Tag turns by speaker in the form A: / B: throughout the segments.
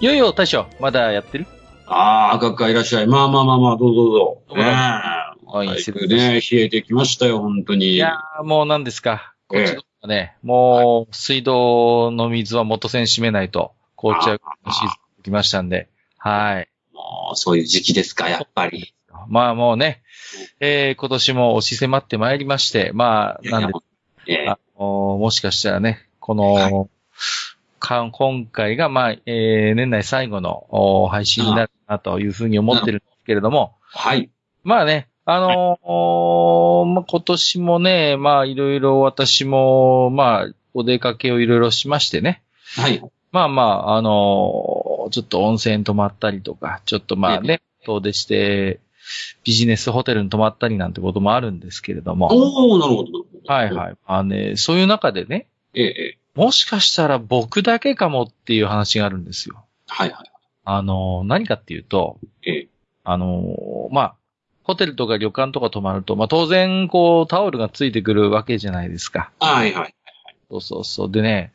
A: いよいよ大将、まだやってる
B: ああ、赤かいらっしゃい。まあまあまあまあ、どうぞどうぞ。
A: どうも
B: ねえ。
A: はい
B: 早
A: 失礼
B: く
A: しま
B: ね、冷えてきましたよ、本当に。
A: いやー、もう何ですか。こっちの方はね、もう、水道の水は元栓閉めないと、紅茶のシーズン来ましたんで、はい。
B: もう、そういう時期ですか、やっぱり。
A: まあもうね、えー、今年も押し迫ってまいりまして、まあ、なんで、
B: ええ
A: あのーもしかしたらね、この、
B: は
A: か今回が、まあ、えー、年内最後のお配信になるなというふうに思ってるんですけれども、
B: はい。
A: まあね、あのーまあ、今年もね、まあいろいろ私も、まあお出かけをいろいろしましてね。
B: はい。
A: まあまあ、あのーちょっと温泉泊まったりとか、ちょっとまあね、遠出して、ビジネスホテルに泊まったりなんてこともあるんですけれども。
B: おー、なるほど。
A: はいはい。あのね、そういう中でね、
B: い。ええええ、
A: もしかしたら僕だけかもっていう話があるんですよ。
B: はいはい。
A: あのー何かっていうと、
B: ええ、
A: あのーまあ、ホテルとか旅館とか泊まると、まあ、当然、こう、タオルがついてくるわけじゃないですか。
B: はいはい。
A: そうそうそう。でね、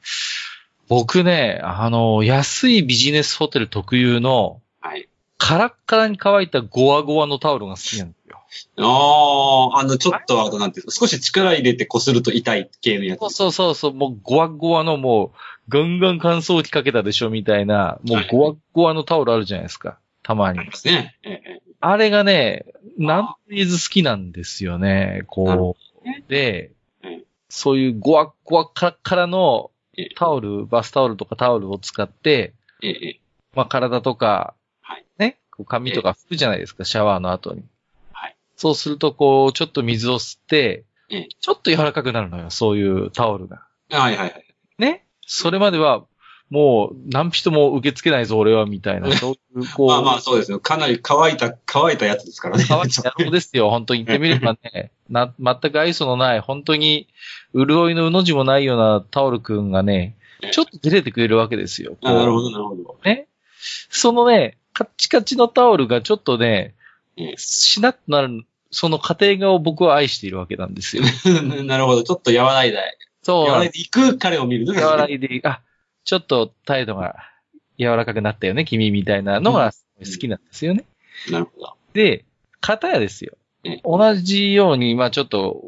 A: 僕ね、あのー安いビジネスホテル特有の、
B: はい。
A: カラッカラに乾いたゴワゴワのタオルが好きなんですよ。
B: ああ、あの、ちょっと、あとなんていうの少し力入れて擦ると痛い系のやつ。
A: そうそうそうそう、もうゴワゴワのもう、ガンガン乾燥機かけたでしょみたいな、もう
B: はい
A: ゴワゴワのタオルあるじゃないですか。たまに
B: あり。ますね。ええええ、
A: あれがね、なんと言えず好きなんですよね。
B: なるほ
A: こう。で
B: うん、
A: そういうゴワゴワからからの
B: ええ
A: タオル、バスタオルとかタオルを使って、
B: ええええ、
A: まあ体とか
B: はい、
A: ね、こう髪とか拭くじゃないですか、シャワーの後に
B: はい。
A: そうすると、こう、ちょっと水を吸って
B: ええ、
A: ちょっと柔らかくなるのよ、そういうタオルが。
B: はいはいはい。
A: ねそれまでは、もう、何人も受け付けないぞ、俺は、みたいな、そういう、こう。
B: まあまあ、そうですね。かなり乾いた、乾いたやつですからね。
A: 乾いた野郎ですよ、本当に言ってみればね。 な、全く愛想のない、本当に、潤いのうの字もないようなタオルくんがね、ちょっと出れてくれるわけですよ。
B: あなるほ
A: ど。
B: ど、なるほど。
A: ね。そのね、カッチカチのタオルがちょっとね
B: うん、
A: しなっとなる、その過程がを僕は愛しているわけなん ですよ。
B: なるほど。ちょっと和らいだ。
A: そう
B: 和
A: な
B: ら
A: ん
B: い
A: で
B: でいく彼を見ると
A: す。和らいで、あ、ちょっと態度が柔らかくなったよね、君みたいなのがすごい好きなんですよね。
B: なるほど。
A: で、片やですよ
B: うん。
A: 同じように、まあちょっと、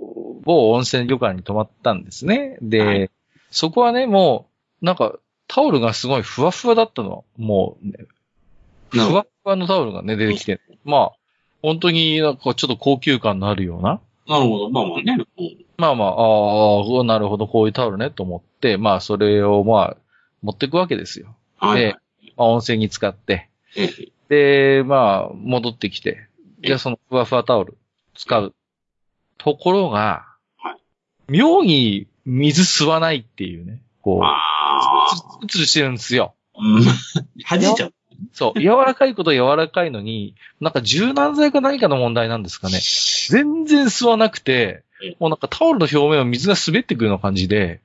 A: 某温泉旅館に泊まったんですね。で、
B: はい
A: そこはね、もう、なんか、タオルがすごいふわふわだったの。もうね、
B: なるほ
A: ふわふわのタオルがね、出てきて。まあ、本当になんかちょっと高級感のあるような。
B: ど。なるほど。まあまあね。うん
A: まあまあ、ああ、なるほど、こういうタオルね、と思って、まあそれをまあ、持ってくわけですよ。
B: はいは
A: で
B: い。、
A: まあ、温泉に使って。
B: ええ
A: で、まあ、戻ってきて、
B: え
A: じゃあそのふわふわタオル使う。ところが
B: はい、
A: 妙に水吸わないっていうね、こう、
B: ああ。
A: つるつるしてるんですよ。
B: うん。弾いちゃう。
A: そう、柔らかいことは柔らかいのに、なんか柔軟剤か何かの問題なんですかね。全然吸わなくて
B: ええ、
A: もうなんかタオルの表面を水が滑ってくるような感じで、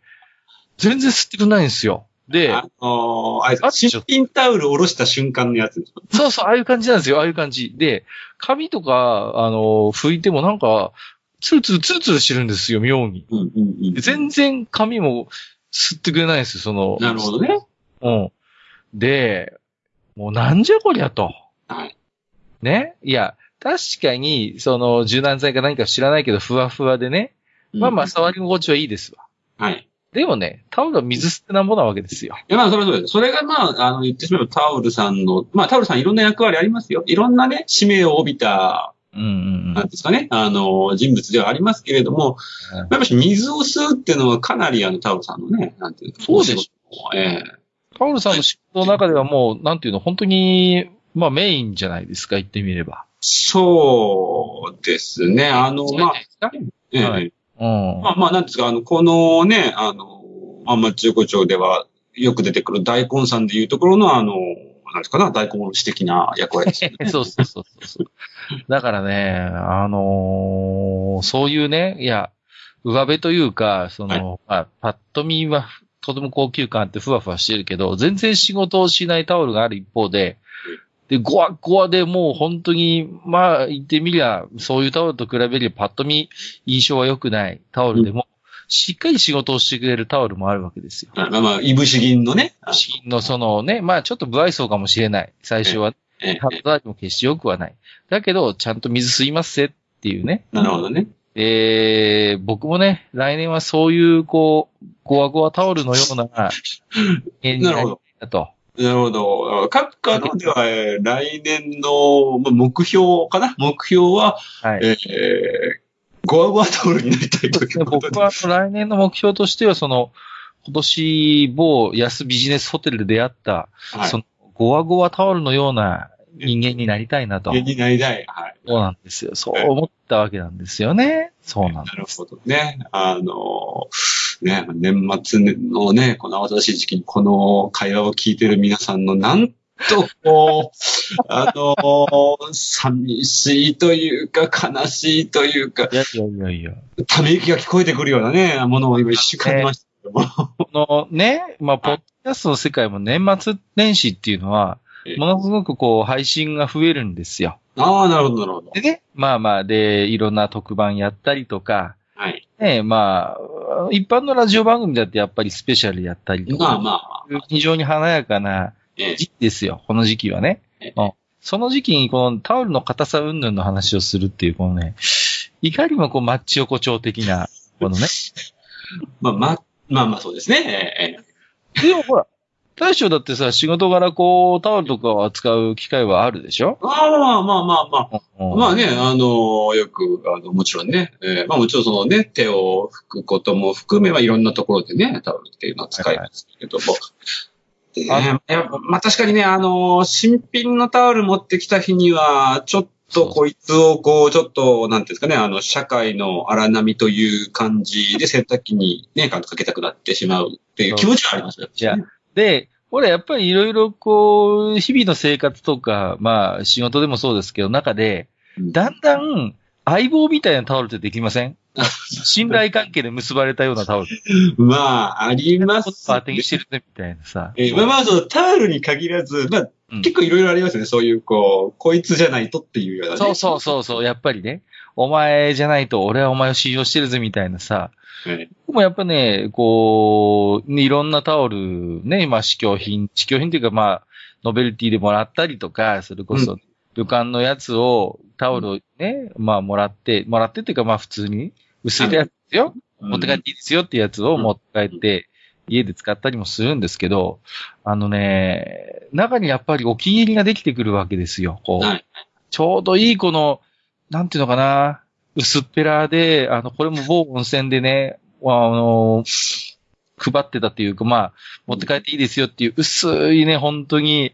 A: 全然吸ってくれないんですよ。で、
B: あのー、あれ
A: あ
B: 新品タオル下ろした瞬間のやつ。
A: そうそう、ああいう感じなんですよ、ああいう感じ。で、髪とか、あの、拭いてもなんか、ツルツルツルツルしてるんですよ、妙に。
B: うんうんうん
A: で全然髪も吸ってくれないんですよ、その。
B: なるほどね。
A: うん。で、もうなんじゃこりゃと。
B: はい。
A: ねいや、確かに、その、柔軟剤か何か知らないけど、ふわふわでね。まあまあ、触り心地はいいですわ。
B: うん。はい。
A: でもね、タオルは水吸ってなんぼなわけですよ。
B: いやまあ、それはそうです。それがまあ、あの、言ってしまえばタオルさんの、まあ、タオルさんいろんな役割ありますよ。いろんなね、使命を帯びた、
A: うんうんう
B: なん
A: ん。
B: ですかね、あの、人物ではありますけれども、やっぱり水を吸うっていうのはかなりあの、タオルさんのね、なんていうの、
A: そうでし
B: ょ。ええ
A: パウルさんの仕事の中ではもう、なんていうの、本当に、まあメインじゃないですか、言ってみれば。
B: そうですね。あの、まあ、ええ
A: はうん。
B: まあまあ、なんですか、あの、このね、あの、あんま中古町ではよく出てくる大根さんでいうところの、あの、なんですかな、大根おろし的な役割 ですよね。
A: そうそうそうそうそう。だからね、あのーそういうね、いや、上辺というか、その、まあ、パッと見は、とても高級感あってふわふわしてるけど、全然仕事をしないタオルがある一方で、で、ゴワッゴワでもう本当に、まあ言ってみりゃ、そういうタオルと比べりゃパッと見印象は良くないタオルでも、しっかり仕事をしてくれるタオルもあるわけですよ。
B: まあまあ、いぶし銀のね。あの
A: シーンのそのね、まあちょっと不愛想かもしれない。最初は
B: ええ
A: ハットダーも決して良くはない。だけど、ちゃんと水吸いますぜっていうね。
B: なるほどね。
A: えー、僕もね、来年はそういう、こう、ゴワゴワタオルのような、人間に
B: な
A: な
B: る
A: り
B: ほ
A: たい
B: ど。
A: なと。
B: なるほど。各家のでは、えー来年のまあ目標かな目標は、
A: はい。
B: えー、ゴワゴワタオルになりたいということで。
A: 僕は来年の目標としては、その、今年某安ビジネスホテルで出会った、
B: はい
A: その、ゴワゴワタオルのような人間になりたいなと。
B: 家になりたい。はい。
A: そうなんですよ。そう思ったわけなんですよね。そうなんで
B: な
A: す。
B: るほどね。あの、ね、年末のね、この慌ただしい時期にこの会話を聞いてる皆さんのなんとこう、 あの、寂しいというか、悲しいというか、
A: いやいやいやいや。
B: ため息が聞こえてくるようなね、ものを今一週間見ましたけども。
A: このね、まあ、ポッドキャストの世界も年末年始っていうのは
B: ええ、
A: ものすごくこう、配信が増えるんですよ。
B: ああ、なるほど、なるほど。
A: でね、まあまあ、で、いろんな特番やったりとか、
B: はい。
A: ね、まあ、一般のラジオ番組だってやっぱりスペシャルやったりと
B: まあ
A: か、
B: まあ、
A: 非常に華やかな
B: ええ
A: 時期ですよ、この時期はね
B: ええ。
A: うんその時期にこのタオルの硬さ云々の話をするっていう、このね、いかにもこう、マッチ横丁的な、このね、
B: まあまあ、まあまあそうですね。ええ
A: でもほら、 大将だってさ、仕事柄こう、タオルとかを扱う機会はあるでしょ
B: ああ、まあまあまあまあ。まあ
A: ね。
B: ね、あの、よく、あの、もちろんね、えーまあもちろんそのね、手を拭くことも含め、まあいろんなところでね、タオルっていうのは使いますけども。で
A: あ
B: ね、やっぱまあ確かにね、あの、新品のタオル持ってきた日には、ちょっとこいつをこう、ちょっと、なんていうんですかね、あの、社会の荒波という感じで洗濯機にね、かけたくなってしまうっていう気持ちはありますね。
A: じゃあで、ほら、やっぱりいろいろこう、日々の生活とか、まあ、仕事でもそうですけど、中で、
B: うん
A: だんだん、相棒みたいなタオルってできません信頼関係で結ばれたようなタオル。
B: まあ、ありま
A: こ
B: す、
A: とを当てにしてるね、みたいなさ。
B: えーまあまあ、そのタオルに限らず、まあ、
A: うん
B: 結構いろいろありますよね。そういう、こう、こいつじゃないとっていうような、ね。
A: そうそうそうそう、やっぱりね。お前じゃないと、俺はお前を信用してるぜ、みたいなさ。
B: え
A: でもやっぱね、こう、ねいろんなタオル、ね、今、試供品、試供品というか、まあ、ノベルティでもらったりとか、それこそ、旅館のやつを、タオルをね、まあ、もらって、もらってっていうか、まあ、普通に、薄いやつですよ。持って帰っていいですよってやつを持って帰って、家で使ったりもするんですけど、あのね、中にやっぱりお気に入りができてくるわけですよ。こう、
B: はい
A: ちょうどいいこの、なんていうのかな、薄っぺらで、あの、これも某温泉でね、あの、配ってたっていうか、まあ、持って帰っていいですよっていう薄いね、本当に、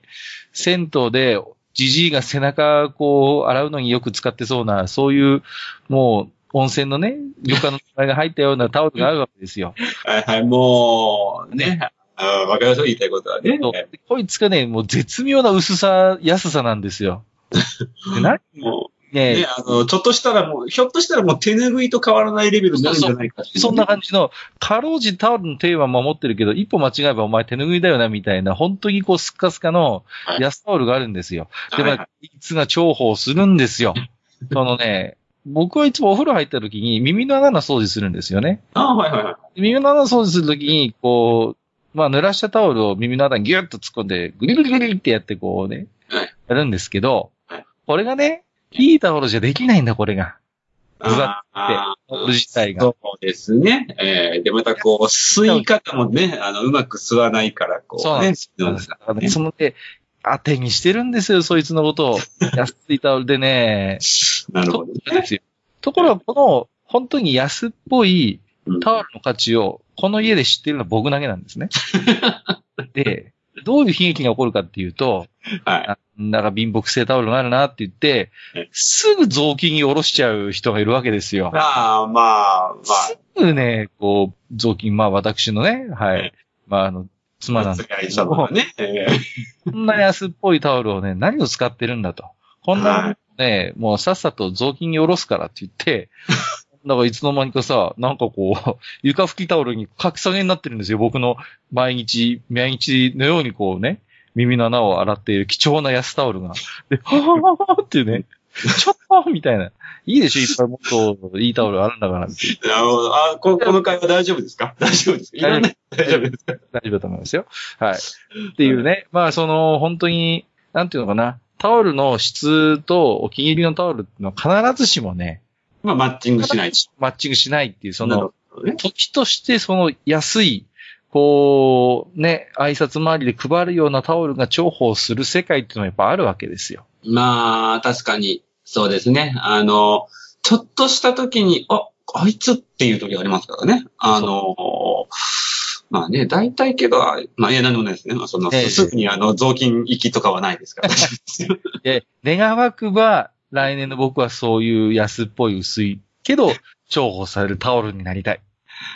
A: 銭湯で、じじいが背中、こう、洗うのによく使ってそうな、そういう、もう、温泉のね、旅館の名前が入ったようなタオルがあるわけですよ。
B: はいはい、もう、 ね。あーわかりますよ、言いたいことはね。
A: そうこいつがね、もう絶妙な薄さ、安さなんです よ。で何
B: もう、
A: ね
B: ね、あの、ちょっとしたらもう、ひょっとしたらもう手拭いと変わらないレベルになるんじゃないかっていう
A: そんな感じの、かろうじタオルのテーマ守ってるけど、一歩間違えばお前手拭いだよな、みたいな、本当にこう、スッカスカの
B: はい
A: 安タオルがあるんですよ。で、ま
B: はい
A: あ、いつが重宝するんですよ。そのね、僕はいつもお風呂入った時に耳の穴の掃除するんですよね。
B: あーはいはいはい。
A: 耳の穴の掃除する時に、こう、まあ、濡らしたタオルを耳の穴にギュッと突っ込んで、グリグリグリってやってこうね
B: はい、
A: やるんですけど
B: はい、
A: これがね、いいタオルじゃできないんだ、これが。うざ
B: あ
A: タ
B: ー
A: オル自体が。
B: そうですね。えーで、またこう、吸い方もね、あの、うまく吸わないから、こう、ね。
A: そうなんです
B: そうですからね
A: そのね、当てにしてるんですよ、そいつのことを。安いタオルでね。
B: なるほど
A: そうなん
B: ね。
A: ですよところが、この、本当に安っぽい タオルの価値を、この家で知ってるのは僕だけなんですね。で、どういう悲劇が起こるかっていうと、
B: はい。
A: なんか貧乏性タオルがあるなって言って
B: はい、
A: すぐ雑巾に下ろしちゃう人がいるわけですよ。
B: ああ、まあ、ます
A: ぐね、こう、雑巾、まあ私のね、は
B: はい
A: い。まああの、妻な
B: あ、
A: んで
B: つ
A: す
B: がい
A: け
B: さ
A: ど
B: まがね。え
A: こんな安っぽいタオルをね、何を使ってるんだと。こんなのね、もうさっさと雑巾に下ろすからって言って、なんかいつの間にかさ、なんかこう、床拭きタオルに格下げになってるんですよ。僕の毎日、毎日のようにこうね、耳の穴を洗っている貴重な安タオルが。で、はぁはぁっていうね、ちょっとみたいな。いいでしょいっぱいもっといいタオルあるんだから、みたい
B: えなるほど。あこ、この会話大丈夫ですか 大丈夫ですかいろんな、大丈夫ですか
A: な。大丈夫だと思いますよ。はい。っていうね。まあ、その、本当に、なんていうのかな。タオルの質とお気に入りのタオルっていうのは必ずしもね、
B: まあ、マッチングしないし。
A: マッチングしないっていう、そ
B: なる
A: の
B: ほ、どね。
A: 時としてその安い、こう、ね、挨拶回りで配るようなタオルが重宝する世界っていうのはやっぱあるわけですよ。
B: まあ、確かに、そうですね。あの、ちょっとした時に、あ、あいつっていう時ありますからね。あの、まあね、大体けど、まあ、いや、なんでもないですね。まあ、そんな、
A: ええ
B: すぐに、あの、雑巾行きとかはないですから。大丈夫です よ
A: で、願わくば、来年の僕はそういう安っぽい薄い、けど、重宝されるタオルになりたい。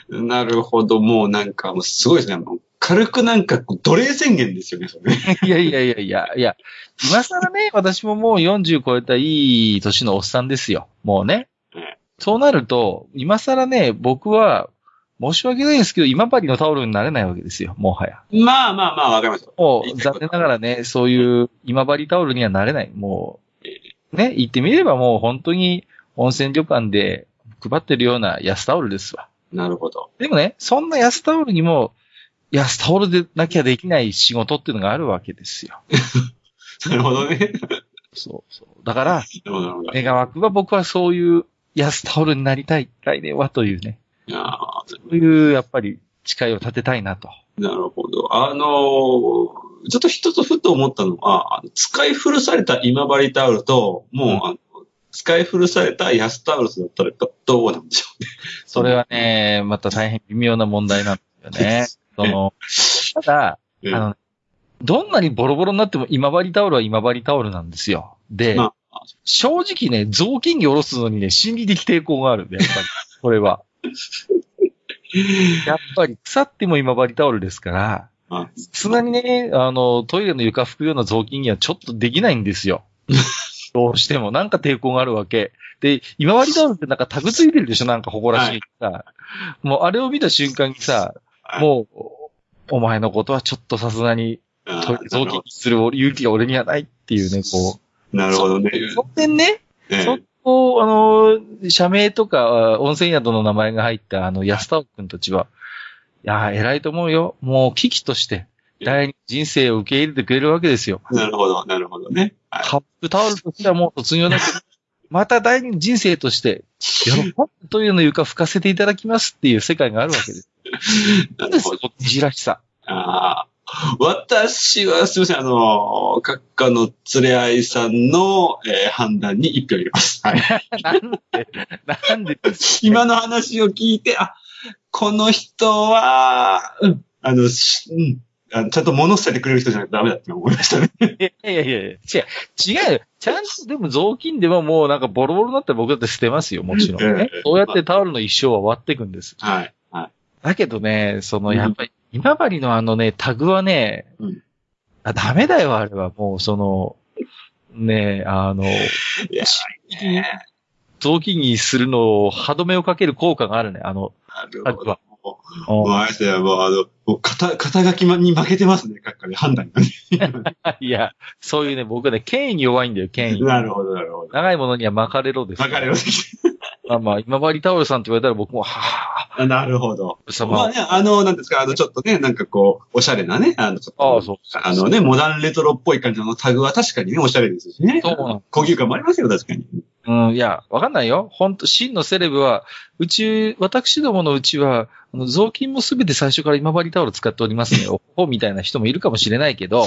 B: なるほど、もうなんか、もうすごいですね。もう軽くなんか、こう奴隷宣言ですよね、それね。
A: いやいやいやいや、いや、今更ね、私ももう40超えたいい年のおっさんですよ。もうね
B: うん。
A: そうなると、今更ね、僕は、申し訳ないですけど、今治のタオルになれないわけですよ、もはや。
B: まあまあまあ、わかりますよ。
A: もう、残念ながらね、そういう今治タオルにはなれない。もう、ね、言ってみればもう本当に温泉旅館で配ってるような安タオルですわ。
B: なるほど。
A: でもね、そんな安タオルにも、安タオルでなきゃできない仕事っていうのがあるわけですよ。
B: なるほどね。なる
A: そうそう。だから、
B: ほど、なるほど。
A: 願わくば僕はそういう安タオルになりたい。来年はというね。
B: いやー
A: そういう、やっぱり、誓いを立てたいなと。
B: なるほど。あのーちょっと一つふと思ったのは、あの使い古された今治タオルと、もう、
A: うん
B: あの使い古された安タオルだったらどうなんでしょうね。
A: それは ね、また大変微妙な問題なんですよね。 その、ただ、
B: う
A: あ
B: ん、
A: の、どんなにボロボロになっても今治タオルは今治タオルなんですよ。で、
B: ま
A: 正直ね、雑巾に下ろすのにね、心理的抵抗があるんで、やっぱり、これ は。やっぱり、腐っても今治タオルですから、
B: まあ
A: さすがにね、あの、トイレの床拭くような雑巾にはちょっとできないんです よ。どうしても、なんか抵抗があるわけ。で、今治タオルってなんかタグついてるでしょなんか誇らしいさ。もうあれを見た瞬間にさ、
B: はい
A: もう、お前のことはちょっとさすがに、
B: あ
A: トイ
B: ー
A: レ雑巾にする勇気が俺にはないっていうね、こ
B: なるほどね。
A: う。そんでね、
B: ええ
A: そこう、あの、社名とか、温泉宿の名前が入った、あの、安田君たちは、いやー、偉いと思うよ。もう、危機として、第二人生を受け入れてくれるわけですよ。
B: なるほど、なるほどね。はい
A: カップタオルとしてはもう卒業だけど、また第二人生として、喜んでトイレの床拭かせていただきますっていう世界があるわけです。な
B: な
A: ん
B: る
A: です
B: ほ
A: よ
B: ど。、
A: いじらしさ。
B: あー私は、すみません、あのー、閣下の連れ合いさんの、えー判断に一票入れます。はい。
A: なんで、なんで、
B: 今の話を聞いて、あ、この人は、うん、あの、しうん、あのちゃんと物捨ててくれる人じゃないとダメだって思いましたね。
A: いやいやいやいや、違う、違うよ。ちゃんと、でも雑巾ではもうなんかボロボロになったら僕だって捨てますよ、もちろんね
B: ええ。
A: そうやってタオルの一生は終わっていくんです。
B: はい。はい。
A: だけどね、その
B: うん
A: やっぱり、今治のあのね、タグはね
B: うん、
A: あダメだよ、あれは。もうその、ねあの、
B: いやね
A: 雑巾にするのを歯止めをかける効果があるね、あの、
B: なる
A: タ
B: ほ
A: グ
B: ど
A: は。。
B: もう、
A: うん
B: あれですね、もう、あの、もう肩、肩書きに負けてますね、閣下ね、判断がね。
A: いや、そういうね、僕はね、権威に弱いんだよ、権威。
B: なるほど、なるほど。
A: 長いものには巻かれろです。
B: 分かれまし
A: まあまあ、今治タオルさんって言われたら僕も、は
B: た。なるほど。
A: ぁ、様
B: まあね、あの、なんですか、あの、ちょっとね、なんかこう、おしゃれなね、あの、ちょっと、
A: ああ、そうそう
B: あのね、モダンレトロっぽい感じのタグは確かにね、おしゃれですしね。
A: そうなの
B: 高級感もありますよ、確かに。
A: うん、いや、わかんないよ。本当真のセレブは、うち、私どものうちは、あの雑巾もすべて最初から今治タオル使っております ね。おほみたいな人もいるかもしれないけど、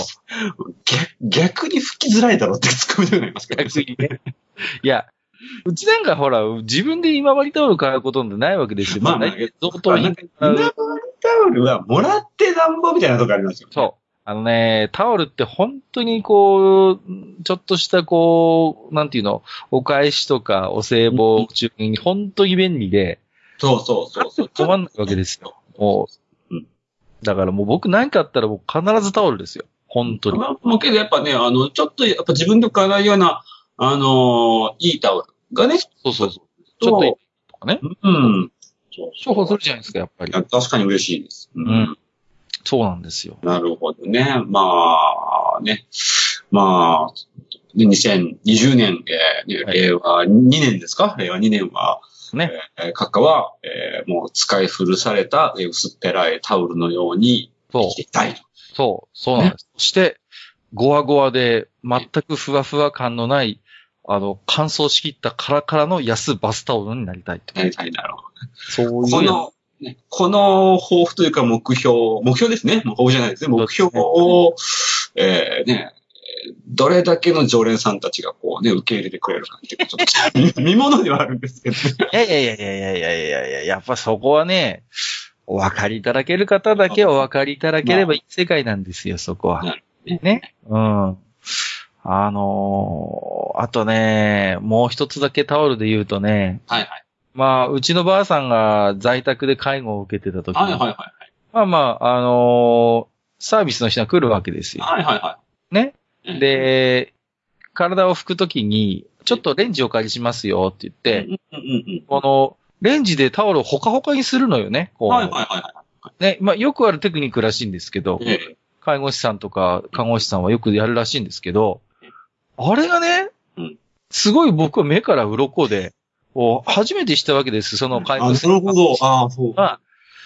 B: 逆逆に吹きづらいだろうってツッコミでもありますけどね。
A: 逆にね。いや、うちなんかほら、自分で今治タオル買うことなんてないわけですよ。
B: まあまあ
A: 大体贈
B: あ
A: 答
B: なん
A: 品
B: か、ナバルタオルはもらってなんぼみたいなとこありますよ、ね。
A: そう。あのね、タオルって本当にこう、ちょっとしたこう、なんていうの、お返しとかお歳暮を中に本当に便利で、
B: そうそうそうそう。
A: 困んないわけですよ。もう、
B: うん
A: だからもう僕何かあったらもう必ずタオルですよ。本当に。
B: まあもうけどやっぱね、あの、ちょっとやっぱ自分とかないような、あのーいいタオルがね、
A: そうそうそう。ちょっと、とかね。
B: うん。そう
A: 重宝するじゃないですか、やっぱり。
B: いや確かに嬉しいです。うん
A: うんそうなんですよ。
B: なるほどね。まあ、ね。まあ、で2020年、えーね
A: はい
B: 令和2年ですか令和2年は、
A: ね
B: えー閣下は、えーもう使い古されたえー薄っぺらいタオルのように
A: そう
B: 生き。ていたいと。
A: そう、そうなんです。そして、ゴワゴワで、全くふわふわ感のない、あの、乾燥しきったカラカラの安バスタオルになりたいと。
B: なりたいだろ
A: そう
B: う。
A: い
B: こ
A: うやつ。
B: の、ねこの抱負というか目標、目標ですね。目標じゃないですね。目標を、えーね、えーどれだけの常連さんたちがこうね、受け入れてくれるかっていうちょっと見物ではあるんですけどね。
A: いやいやいやいやいやいやいや、やっぱそこはね、お分かりいただける方だけお分かりいただければいい世界なんですよ、そこは。ね。うん。あのーあとね、もう一つだけタオルで言うとね、
B: はいはい。
A: まあ、うちのばあさんが在宅で介護を受けてた時に、
B: はいはいはい。
A: まあまあ、あのーサービスの人が来るわけですよ。
B: はいはいは
A: ね。
B: い。
A: で、体を拭くときに、ちょっとレンジお借りしますよって言って、
B: うんうん
A: この、レンジでタオルをほかほかにするのよね。
B: う
A: こ
B: ん。
A: う。
B: はいはいは
A: ね。まあ、よくあるテクニックらしいんですけど
B: い。、え
A: 介護士さんとか看護師さんはよくやるらしいんですけど、あれがね
B: うん、
A: すごい僕は目から鱗で、こう初めてしたわけです。その
B: え
A: 介護
B: あ、
A: 士さ
B: なる
A: ん
B: ほど。ああ、そう。
A: が、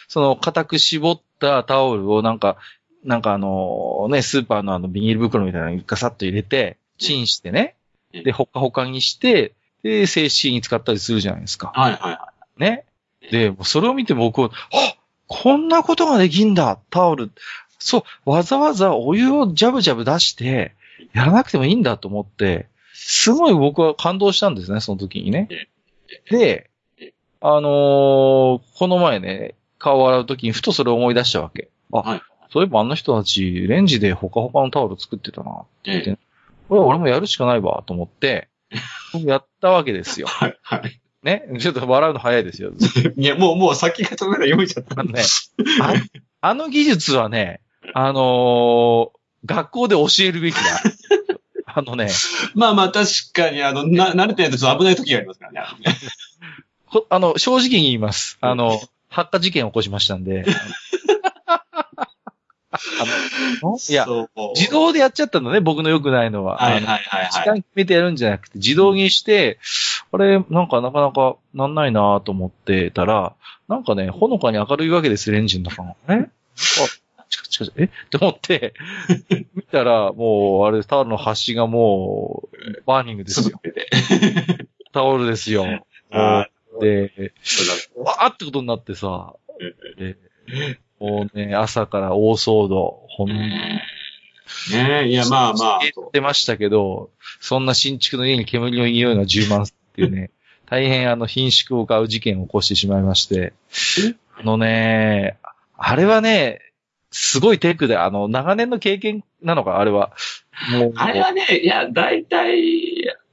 A: その固く絞ったタオルをなんか、なんかあの、ね、スーパーのあのビニール袋みたいなのにガサッと入れて、チンしてね、
B: うん
A: で、ほかほかにして、で、静止に使ったりするじゃないですか。
B: はいはいは
A: ね。で、もうそれを見て僕は、あこんなことができんだタオル。そう、わざわざお湯をジャブジャブ出して、やらなくてもいいんだと思って、すごい僕は感動したんですね、その時にね。で、あのーこの前ね、顔を洗う時にふとそれを思い出したわけ。あ、
B: はい
A: そういえばあの人たち、レンジでほかほかのタオル作ってたな。
B: い。ええ
A: これは俺もやるしかないわ、と思 って、僕やったわけですよ。
B: はいはい。
A: ね。ちょっと笑うの早いですよ。
B: いや、もう、もう先がとめら読めちゃった
A: あ。のね、ああの技術はね、あのー学校で教えるべきだ。あのね、
B: まあまあ、確かに、あの、な、慣れてないとちょっと危ない時がありますからねあのね。
A: こあの、正直に言います。あの、発火事件を起こしましたんで。あのいや、
B: そう、
A: 自動でやっちゃったのね、僕の良くないのは。
B: はいはい
A: あの
B: はい
A: 時
B: は
A: 間決めてやるんじゃなくて、自動にして、あれ、なんかなかなかなんないなと思ってたら、なんかね、ほのかに明るいわけです、レンジの中が。えあ、チカチカチカ、え って思って、見たら、もう、あれ、タオルの端がもう、バーニングで
B: い。
A: す
B: す
A: よ。
B: べて。
A: タオルですよ。
B: ああ、
A: で、
B: そうだ。
A: わーってことになってさ、でもうね、朝から大騒動、ほんと
B: ねえ。ねえ、いや、まあまあ。
A: 言ってましたけど、そんな新築の家に煙の匂いが充満するっていう ね、大変あの品種を買う事件を起こしてしまいまして
B: え、
A: あのね、あれはね、すごいテクで、あの、長年の経験なのか、あれは。もう、
B: あれはね、いや、大体、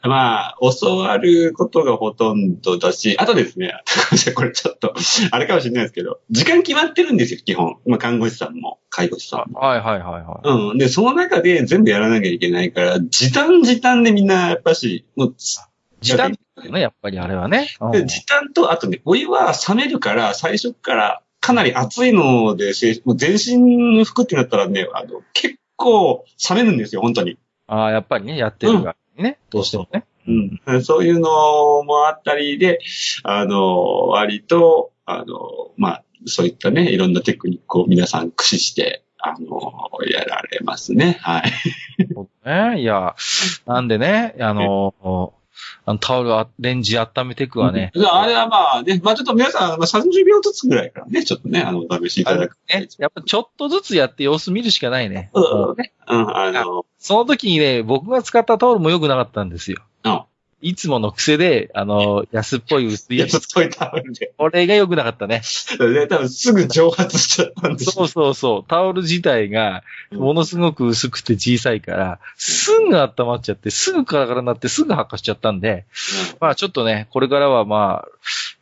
B: まあ、教わることがほとんどだし、あとですね、 これちょっと、あれかもしれないですけど、時間決まってるんですよ、基本。まあ、看護師さんも、介護士さんも。
A: はいはいはいはい。
B: うん。で、その中で全部やらなきゃいけないから、時短時短でみんな、やっぱし、もう、
A: 時短だよね、やっぱりあれはね。うん
B: で時短と、あとね、お湯は冷めるから、最初からかなり熱いので、せもう全身服ってなったらね、あの、結構冷めるんですよ、本当に。
A: ああ、やっぱりね、やってるがね、どうしてもね。
B: うん、そういうのもあったりで、あの、割と、あの、まあ、そういったね、いろんなテクニックを皆さん駆使して、あの、やられますね。はい。
A: そうね。いや、なんでね、あの、あのタオルあ、レンジ温めてくわね。
B: あれはまあね、まあちょっと皆さん、まあ、30秒ずつぐらいからね、ちょっとね、あの、お試しいただく。
A: ね、やっぱちょっとずつやって様子見るしかないね。
B: うん、ね。うん、あの、
A: その時にね、僕が使ったタオルも良くなかったんですよ。
B: あ
A: いつもの癖で、あの、安っぽい薄いや
B: や
A: つ。
B: つといタオルで。
A: これが良くなかったね。
B: で、多分すぐ蒸発しちゃったんです
A: そうそうそう。タオル自体が、ものすごく薄くて小さいから、すぐ温まっちゃって、すぐカラカラになって、すぐ発火しちゃったんで、まあちょっとね、これからはまあ、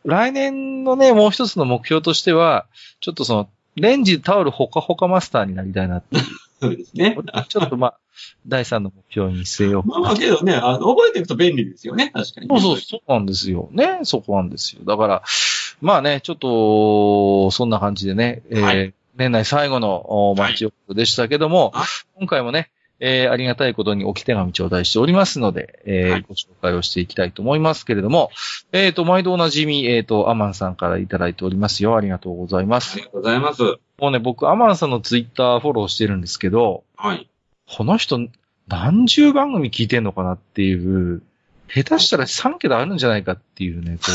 A: 来年のね、もう一つの目標としては、ちょっとその、レンジタオルほかほかマスターになりたいなって、
B: そうですね。
A: ちょっとまあ、第三の目標に据えよう
B: まあまあけどね、あの、覚えていくと便利ですよね、確かに。
A: そうそう、そうなんですよ。ね、そこなんですよ。だから、まあね、ちょっと、そんな感じでね、えー
B: はい
A: 年内最後のお
B: はい
A: マッチオフでしたけども、
B: はい
A: 今回もね、えーありがたいことに置き手紙頂戴しておりますので、えー
B: はい
A: ご紹介をしていきたいと思いますけれども、えっ、と、毎度おなじみ、えっ、と、アマンさんからいただいておりますよ。ありがとうございま
B: あ
A: す
B: り。がとうございます。
A: もうね、僕、アマンさんのツイッターフォローしてるんですけど、
B: はい。
A: この人、何十番組聞いてんのかなっていう、下手したら3桁あるんじゃないかっていうね、こ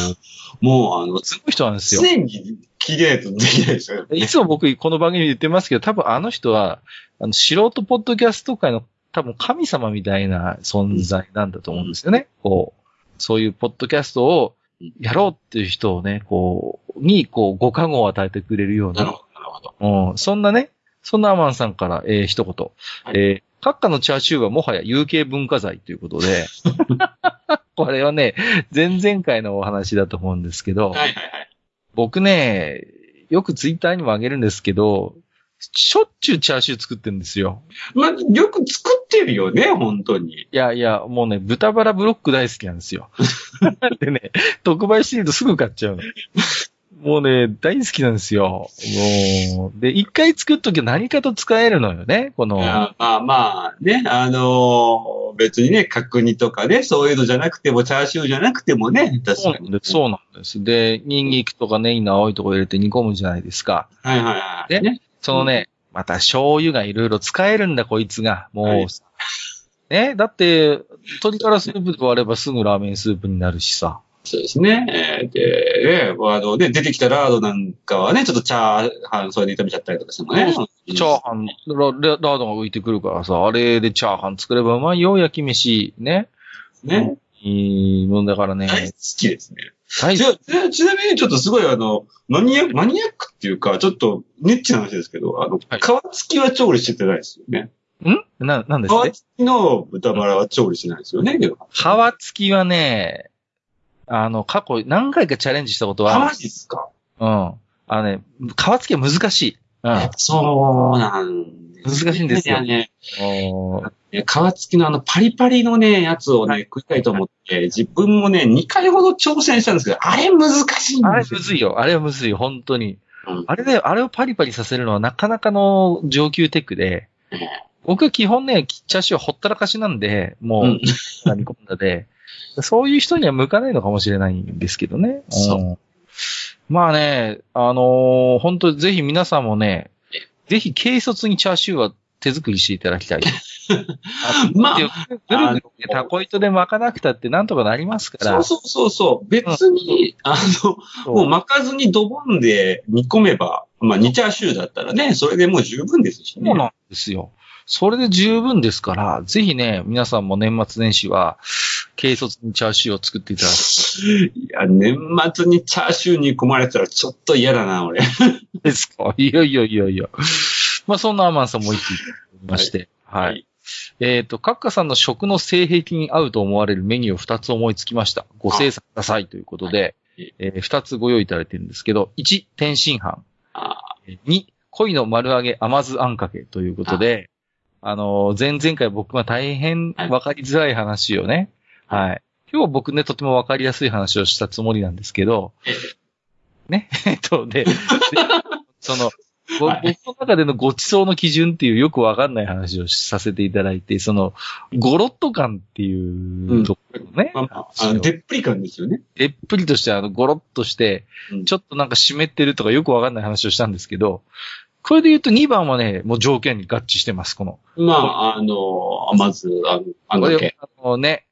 A: う、
B: もう、あ の、
A: す
B: つ
A: ごい人なんですよ。
B: 常に聞いてないとできないですよね。
A: いつも僕、この番組で言ってますけど、多分あの人は、あの、素人ポッドキャスト界の多分神様みたいな存在なんだと思うんですよね。こう、そういうポッドキャストをやろうっていう人をね、こう、に、こう、ご加護を与えてくれるよう
B: なる
A: な、
B: ほど、なるほど。
A: うん、そんなね、そんなアマンさんから、えー一言。
B: はい
A: えー閣下のチャーシューはもはや有形文化財ということ で、これはね、前々回のお話だと思うんですけど、
B: はいはいはい。
A: 僕ね、よくツイッターにもあげるんですけど、しょっちゅうチャーシュー作ってるんですよ。
B: まあ、よく作ってるよね、本当に。
A: いやいや、もうね、豚バラブロック大好きなんですよ。でね、特売してるとすぐ買っちゃうの。もうね、大好きなんですよ。もう、で、一回作っときゃ何かと使えるのよね、この。
B: いやまあまあ、ね、あのー別にね、角煮とかね、そういうのじゃなくても、チャーシューじゃなくてもね、確
A: そう
B: か
A: なん
B: に。
A: です。そうなんです。で、ニンニクとかネギの青いとこ入れて煮込むじゃないですか。
B: はいはいはい。
A: ねそのね、また醤油がいろいろ使えるんだ、こいつが。もう、
B: はい
A: ね、だって、鶏からスープと割ればすぐラーメンスープになるしさ。
B: そうですね。えーで、ね、あのね、出てきたラードなんかはね、ちょっとチャーハン、それで炒めちゃったりとかしてもね。
A: チャーハン、ラララードが浮いてくるからさ、あれでチャーハン作ればうまいよ、焼き飯。ね。
B: ね。
A: いいもんだからね。
B: 大好きですね。
A: 大
B: ち
A: 好き
B: なちちなみに、ちょっとすごい、あの、マニア、マニアックっていうか、ちょっと、ニッチな話ですけど、あの、
A: はい
B: 皮付きは調理してないですよね。
A: んな、なんですね
B: 皮付きの豚バラは調理してないですよね、けど。
A: 皮付きはね、あの、過去何回かチャレンジしたことはある。
B: 皮ですか
A: うん。あのね、皮付きは難しい。うん。
B: そうなんです、
A: 難しいんですよ
B: いやね、
A: おー
B: ね皮付きのあのパリパリのね、やつをね、食いたいと思って、自分もね、2回ほど挑戦したんですけど、あれ難しいん
A: あ
B: で
A: れ
B: すよ
A: む。ずいよ。あれはむずいよ。本当に。
B: うん
A: あれだよ。あれをパリパリさせるのはなかなかの上級テックで
B: うん、
A: 僕は基本ね、チャーシューはほったらかしなんで、もう、
B: うん
A: 煮込んだで、そういう人には向かないのかもしれないんですけどね。
B: そうん
A: まあね、あのー本当ぜひ皆さんもね、ぜひ軽率にチャーシューは手作りしていただきた い。
B: まあ
A: でぐるぐるねタコ糸で巻かなくたってなんとかなりますから。
B: そうそうそうそう。別に、あの、
A: そう
B: もう巻かずにドボンで煮込めば、まあ、煮チャーシューだったらね、それでもう十分ですしね。
A: そうなんですよ。それで十分ですから、ぜひね、皆さんも年末年始は、軽率にチャーシューを作っていただき
B: いや、年末にチャーシュー煮込まれてたらちょっと嫌だ な、俺。
A: たいですかいやいやいやいや。まあ、そんなアマンさんも一気におりまして、はい。
B: はい
A: えっ、と、カッカさんの食の性癖に合うと思われるメニューを二つ思いつきました。ご精査くださいということで
B: は、
A: えー二、つご用意いただいてるんですけど、一、天津飯。
B: あ
A: 2、恋の丸揚げ甘酢あんかけということで、あのー、前々回僕が大変
B: はい
A: わかりづらい話をね、
B: は
A: はい。今日僕ね、とてもわかりやすい話をしたつもりなんですけど
B: ええ、
A: ね、 えっと、で、 でその、ぼ
B: はい
A: 僕の中でのごちそうの基準っていうよくわかんない話をさせていただいて、その、ゴロッと感っていうところね、
B: まあまあ、あの、でっぷり感ですよね。
A: でっぷりとして、あの、ゴロッとして
B: うん、
A: ちょっとなんか湿ってるとかよくわかんない話をしたんですけど、これで言うと2番はね、もう条件に合致してます、この。
B: まあ、あの、まず、あの、あんだけ。
A: これあのね、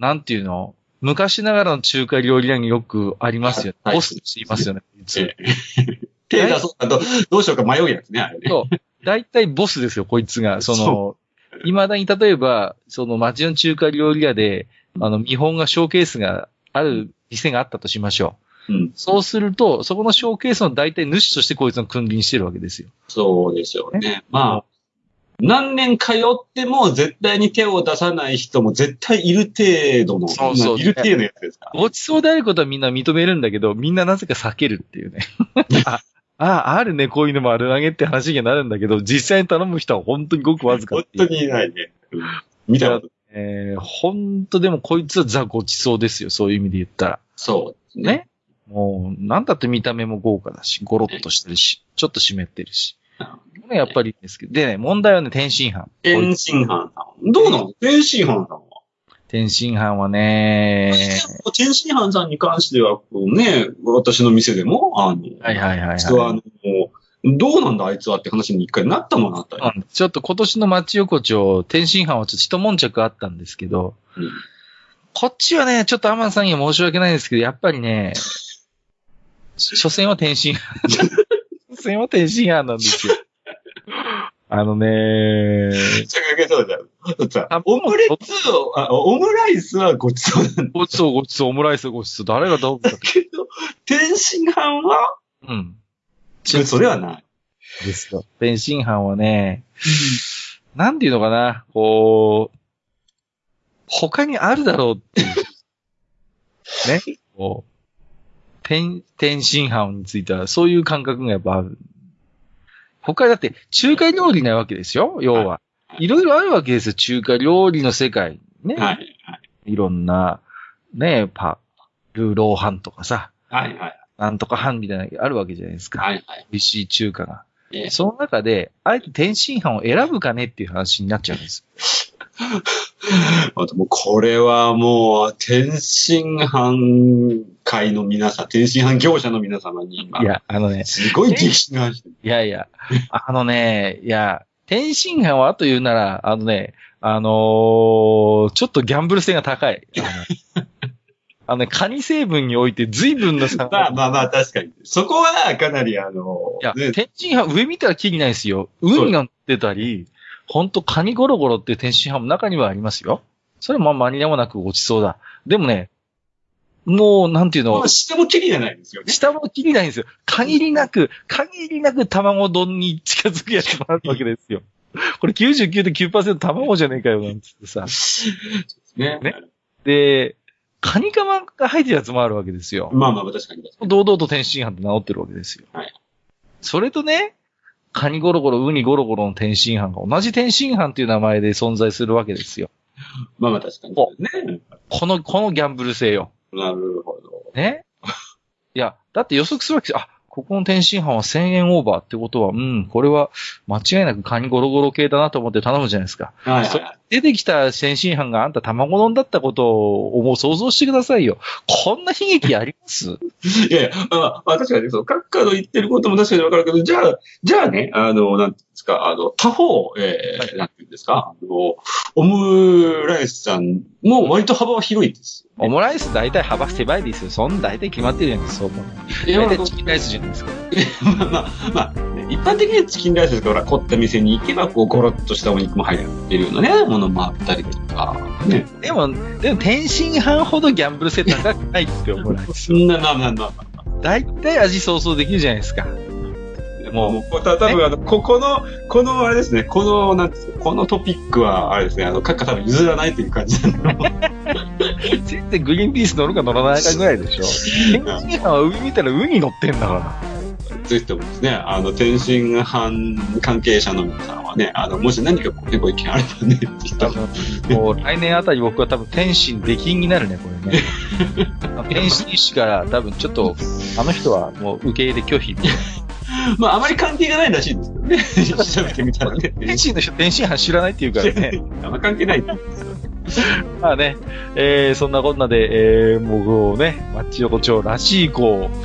A: なんていうの昔ながらの中華料理屋によくありますよね。
B: はい
A: ボスって言いますよね。普通
B: ええ手出そうかと、どうしようか迷うやつね、あれね。
A: そう。大体ボ スですよ、こいつが。その
B: そ、
A: 未だに例えば、その街の中華料理屋で、あの、見本がショーケースがある店があったとしましょう。
B: うん。
A: そうすると、そこのショーケースの大体主としてこいつの君臨してるわけですよ。
B: そうでしょうね。まあ、何年通っても絶対に手を出さない人も絶対いる程度の、
A: そうそう
B: いる程度のやつですから。
A: ごちそうであることはみんな認めるんだけど、みんななぜか避けるっていうね。あ あ、あるね、こういうのもあるわげって話にはなるんだけど、実際に頼む人は本当にごくわずかってい
B: 本当
A: う。
B: にいないね。うん見たこと。
A: えー、本当でもこいつはザごちそうですよ、そういう意味で言ったら。
B: そう。
A: ね。もう、なんだって見た目も豪華だし、ゴロッとしてるし、ちょっと湿ってるし
B: なる。
A: ね、やっぱりいいんですけど。でね、問題はね、天津飯。
B: 天津飯さん。どうなの天津飯さんは。
A: 天津飯はね、
B: 天津飯さんに関しては、こうね、私の店でも、あの、
A: はいはいはい、はい。
B: 実はあの、どうなんだあいつはって話に一回なったもんあったよ。
A: うんちょっと今年の町横丁、天津飯はちょっと一悶着あったんですけど、
B: うん
A: こっちはね、ちょっとアマンさんには申し訳ないんですけど、やっぱりね、所詮は天津飯。 所詮は天津飯なんですよ。あのね、
B: ちゃけそうだよ。だってさ
A: あ
B: オムレツをあ、オムライスはごちそうなんだ
A: ごちそうごちそう、オムライスごちそう、誰がどうかって。
B: けど、天津飯は、
A: うん。
B: それはない。
A: ですよ。天津飯はね、なんていうのかな、こう、他にあるだろうって いう。ね。こう、天、天津飯については、そういう感覚がやっぱある。他だって、中華料理なわけですよ、要は。いろいろあるわけですよ、中華料理の世界。ね。
B: はい。
A: いろんな、ね、パ、ルーローハンとかさ、
B: はいはい。
A: なんとかハンみたいなのあるわけじゃないですか。
B: はいはい。
A: 美味しい中華が。
B: ええ
A: その中で、あえて天津飯を選ぶかねっていう話になっちゃうんです。
B: あともうこれはもう、天津飯会の皆さん、天津飯業者の皆様に今
A: い、や、あのね、
B: すごい激震が走ってる。
A: いやいや、あのね、いや、天津飯はと言うなら、あのね、あのーちょっとギャンブル性が高 い。あのあのね、カニ成分において随分の差
B: まあ
A: が。
B: まあまあ、確かに。そこはかなりあの
A: いや、、
B: ね
A: 天津飯上見たらきりないですよ。ウニが乗ってたり、ほんとカニゴロゴロっていう天津飯も中にはありますよ。それもまあマニアもなくごちそうだ。でもね、もう、なんていうの
B: まあ、下もきりじゃないですよね。
A: 下も切りないんですよ。限りなく、限りなく卵丼に近づくやつもあるわけですよ。これ99.9%卵じゃねえかよ、なんつってさ。
B: ね。
A: ねで、カニカマが入ってるやつもあるわけですよ。
B: まあまあ、確かに確かに。
A: 堂々と天津飯って名乗ってるわけですよ。
B: はい
A: それとね、カニゴロゴロ、ウニゴロゴロの天津飯が同じ天津飯っていう名前で存在するわけですよ。
B: まあまあ、確かに。
A: お
B: ね。
A: この、このギャンブル性よ。
B: なるほど。
A: ね。 いや、だって予測するわけですよあ、ここの天津飯は1000円オーバーってことは、うん、これは間違いなくカニゴロゴロ系だなと思って頼むじゃないですか。
B: はい
A: そ
B: は
A: う
B: い。
A: 出てきた天津飯があんた卵丼だったことを思う想像してくださいよ。こんな悲劇あります
B: いやいや、まあ、まあ、確かに、そう、閣下の言ってることも確かにわかるけど、じゃあ、じゃあね、あの、なんていうんですか、あの、他方、えー
A: は
B: なんていうんですか、あの、オムライスさんも割と幅は広いです。
A: オムライス大体幅狭いですよ。そんな大体決まってるじゃないですか、そう思う。
B: いや
A: 大
B: まあ
A: 体チキンライスじゃないですか。
B: まあまあ、まあね、一般的にはチキンライスですから、凝った店に行けば、こう、ゴロッとしたお肉も入ってるようなね、ものもあったりとか、ね。
A: でも、でも天津飯ほどギャンブル性高くないって 思う。
B: そんな、な、な、な、
A: 大体味想像できるじゃないですか。も
B: も
A: う
B: う、こた多分あの、ここの、このあれですね、この、なんていうんですかこのトピックは、あれですね、あの、閣下多分譲らないという感じなんで
A: 全然グリーンピース乗るか乗らないかぐらいでしょ。天津飯は海見たらウニ乗ってんだから。
B: ぜひともですね、あの、天津飯関係者の皆さんはね、あの、もし何かこうねご意見あればね、 ぜひとも。
A: もう来年あたり僕は多分天津出禁になるね、これね。天津医師から多分ちょっと、あの人はもう受け入れ拒否。
B: まあ、あまり関係がないらしいんですけどね、 調べてみたらね。
A: 天津の人、天津飯知らないって言うからね。
B: あんま関係ない。
A: まあね、えー、そんなこんなで、えー、もうね、マッチ横丁らしい、こう、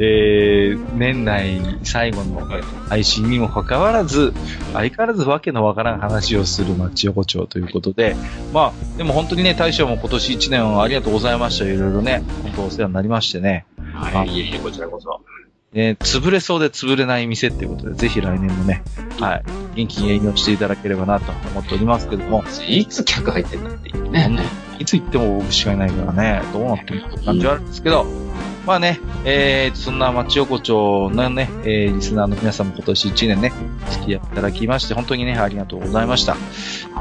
A: えー、年内最後の配信にもかかわらず、相変わらずわけのわからん話をするマッチ横丁ということで、まあ、でも本当にね、大将も今年1年をありがとうございました。いろいろね、本当お世話になりましてね、
B: はい、いえいえ、こちらこそ。
A: えー潰れそうで潰れない店っていうことで、ぜひ来年もね、はい、元気に営業していただければなと思っておりますけども、
B: いつ客入ってんだっていうね。
A: いつ行っても僕しかいないからね、どうなってるかって感じはあるんですけど、まあね、えー、そんな町横丁のね、えー、リスナーの皆さんも今年1年ね、お付き合いいただきまして、本当にね、ありがとうございました。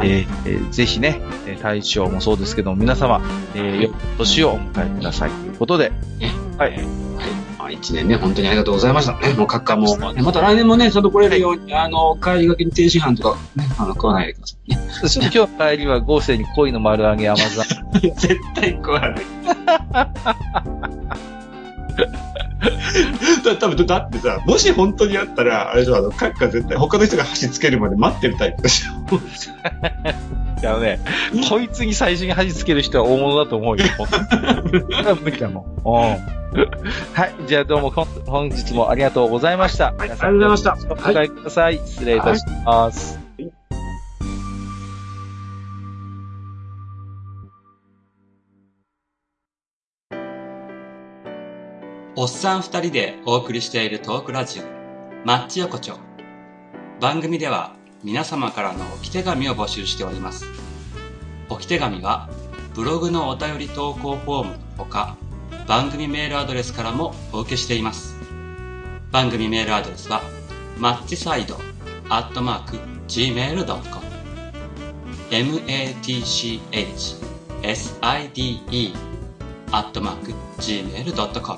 A: えーえーぜひね、えー大将もそうですけども、皆様、えー、良い年をお迎えくださいということで、はい。
B: まあ、一年ね、本当にありがとうございましたね。もう、各家も。また来年もね、ちゃんと来れるように、あの、帰りがけに天津飯とか、ね、あの、食わないでくださいね。
A: そして今日の帰りは豪勢に恋の丸揚げ甘酢
B: 絶対食わない。 だ多分だってさ、もし本当にあったら、あれでしょ、あの、各家絶対、他の人が箸つけるまで待ってるタイプでしょ。
A: あのね、こいつに最初に恥つける人は大物だと 思うよ。無理だもん。はい。じゃあどうも、こん本日もありがとうございました。
B: はいありがとうございました
A: 皆さんお答えください。失礼いたします。
C: おっさん二人でお送りしているトークラジオ、マッチ横丁。番組では皆様からの置き手紙を募集しております。置き手紙は、ブログのお便り投稿フォームのほか、番組メールアドレスからもお受けしています。番組メールアドレスは、マッチサイド、アットマーク、gmail.com。matchside、アットマーク、gmail.com。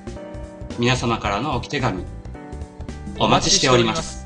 C: 皆様からのおき手紙お待ちしております